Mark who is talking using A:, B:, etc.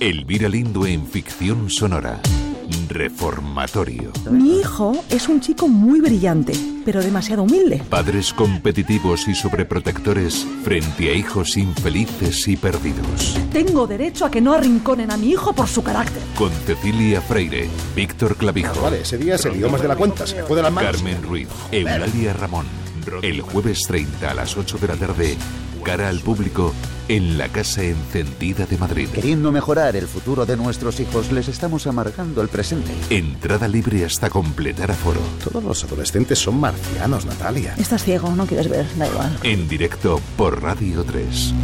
A: Elvira Lindo en ficción sonora. Reformatorio.
B: Mi hijo es un chico muy brillante, pero demasiado humilde.
A: Padres competitivos y sobreprotectores frente a hijos infelices y perdidos.
B: Tengo derecho a que no arrinconen a mi hijo por su carácter.
A: Con Cecilia Freire, Víctor Clavijo.
C: Vale, ese día se dio más de la cuenta, se me fue de las manos.
A: Carmen Ruiz, Eulalia Ramón. El jueves 30 a las 8 de la tarde, cara al público en la Casa Encendida de Madrid.
D: Queriendo mejorar el futuro de nuestros hijos, les estamos amargando el presente.
A: Entrada libre hasta completar aforo.
C: Todos los adolescentes son marcianos, Natalia.
B: Estás ciego, no quieres ver, da igual.
A: En directo por Radio 3.